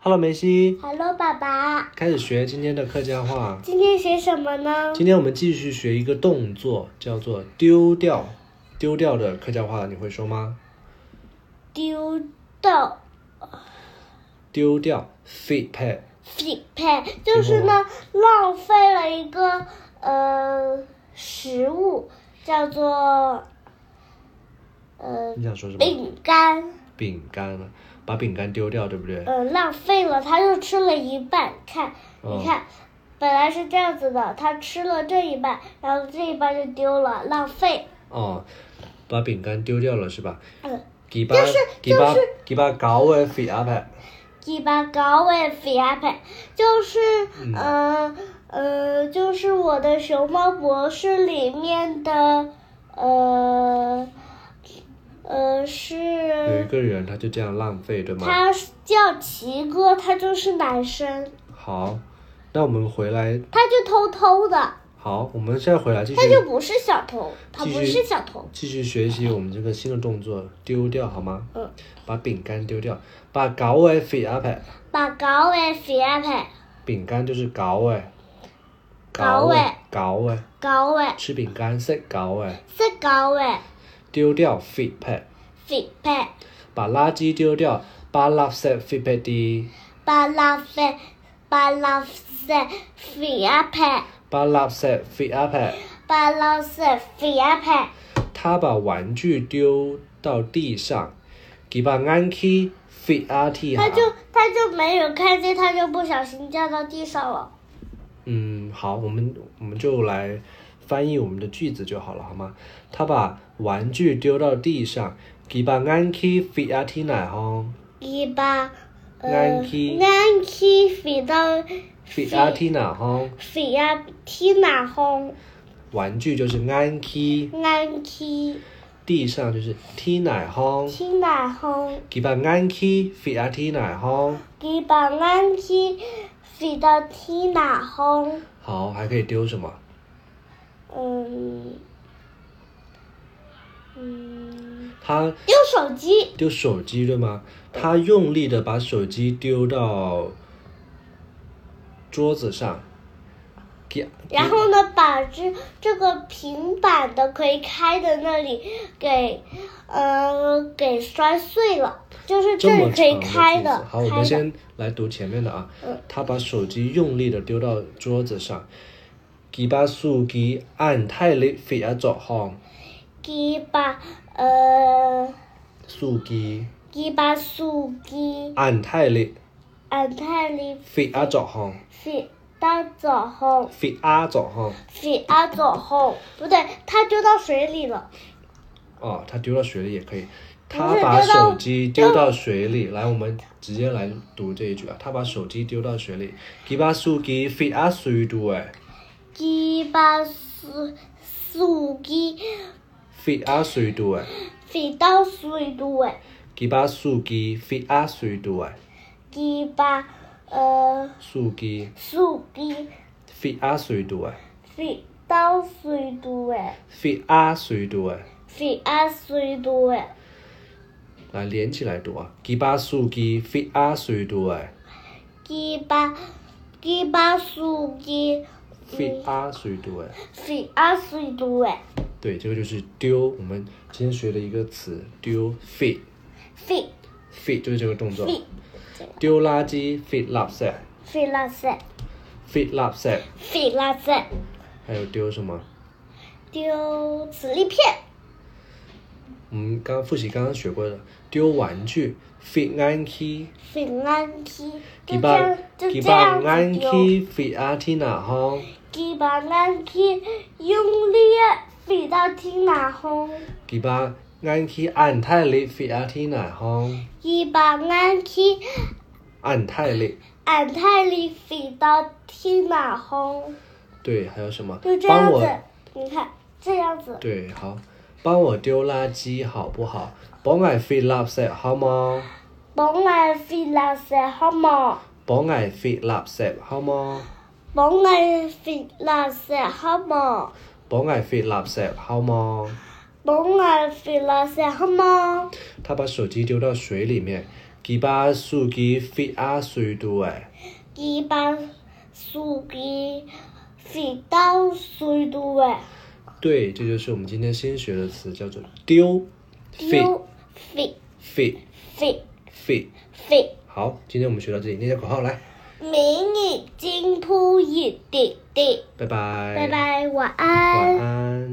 Hello，梅西， Hello，爸爸，开始学今天的客家话。今天学什么呢？今天我们继续学一个动作，叫做丢掉。丢掉的客家话你会说吗？丢到丢掉 f e e p a 匹配，就是呢，浪费了一个呃食物，叫做呃你想说什么？饼干，饼干，啊把饼干丢掉，对不对？呃浪费了，他就吃了一半。看，嗯你看，本来是这样子的，他吃了这一半，然后这一半就丢了，浪费。哦，把饼干丢掉了是吧？嗯，给把就是给把就是给把搞我 f e e p a 鸡巴高位肥鸭派，就是嗯呃呃，就是我的熊猫博士里面的呃呃有一是，个人他就这样浪费，对吗？他叫奇哥，他就是男生，好，那我们回来，他就偷偷的，好，我们现在回来继续他就不是小偷，他继不续是小偷，继续学习我们这个新的动作，丢掉好吗？嗯，把饼干丢掉，把搞尾肥鸭派，把高位肥鸭派，饼干就是搞尾，搞尾搞尾，高位吃饼干食搞尾，是高位丢掉肥派，肥派，把垃圾丢掉，把垃圾肥派的，巴拉费巴拉费肥鸭派。把垃圾肥鸭派，巴拉是肥鸭派，他把玩具丢到地上，给把安去肥鸭地下他。就他就没有看见，他就不小心掉到地上了。嗯，好，我们我们就来翻译我们的句子就好了，好吗？他把玩具丢到地上，给把安去飞阿天奶烘，一把呃安琪安琪飞到飞阿天奶烘，肥鸭踢哪轰？玩具就是安去，安琪地上就是天奶烘，踢哪轰？给把安去飞阿天奶烘。一把安琪飞到踢哪轰？好，还可以丢什么？嗯嗯，他丢手机，丢手机对吗？他用力的把手机丢到桌子上，给然后呢，把这这个平板的可以开的那里给，呃，给摔碎了，就是这这么里可以长开句子的，好，我们开的。先来读前面的啊。嗯他把手机用力的丢到桌子上，佢把手机按太力飞啊作项，鸡巴，呃，手机鸡巴手机按太力按太里飞啊作项，飞到左后，飞啊作项。飞啊左后，不对，它丢到水里了。哦，他丢到水里也可以。不他是把丢到手机丢到水里，来，我们直接来读这一句啊。他把手机丢到水里，佢把手机飞啊水度诶，鸡巴手手机飞啊水度诶，飞到水里了，佢把手机飞啊水度诶，鸡巴，呃。手机。手机飞啊水度诶，飞到水度诶，飞啊水度诶，飞哎啊水度诶，来连起来读啊！几把手机飞啊水度诶，鸡巴鸡巴手机飞啊水度诶。飞啊水度诶，对，这个就是丢。我们今天学的一个词，丢飞飞飞就是这个动作。飞丢垃圾飞垃圾飞啦塞，飞垃圾，飞啦塞，还有丢什么？丢磁力片，我们刚复习刚刚学过的，丢玩具飞安 k 飞安踢，几就这把样就几这把样安子丢， k 飞阿天哪哈。鸡巴安踢，用力飞到天哪轰，佢把眼去按太力飞阿天来看，鸡巴安踢，按太力，俺太里飞到天哪轰。对，还有什么就这？帮样我子，，你看这样子，对，好，帮我丢垃圾好不好？帮我飞垃圾好吗？甭爱飞垃圾好吗？帮我飞垃圾好吗？甭爱飞垃圾好吗？帮我飞垃圾好吗？甭爱飞垃圾好吗？他把手机丢到水里面，几把数几飞啊水多哎，一般数给飞到水度哎，对，这就是我们今天新学的词，叫做丢，飞丢飞飞飞飞。飞，好，今天我们学到这里，念下口号来，明日金铺一点点，拜拜，拜，拜，晚晚安。安。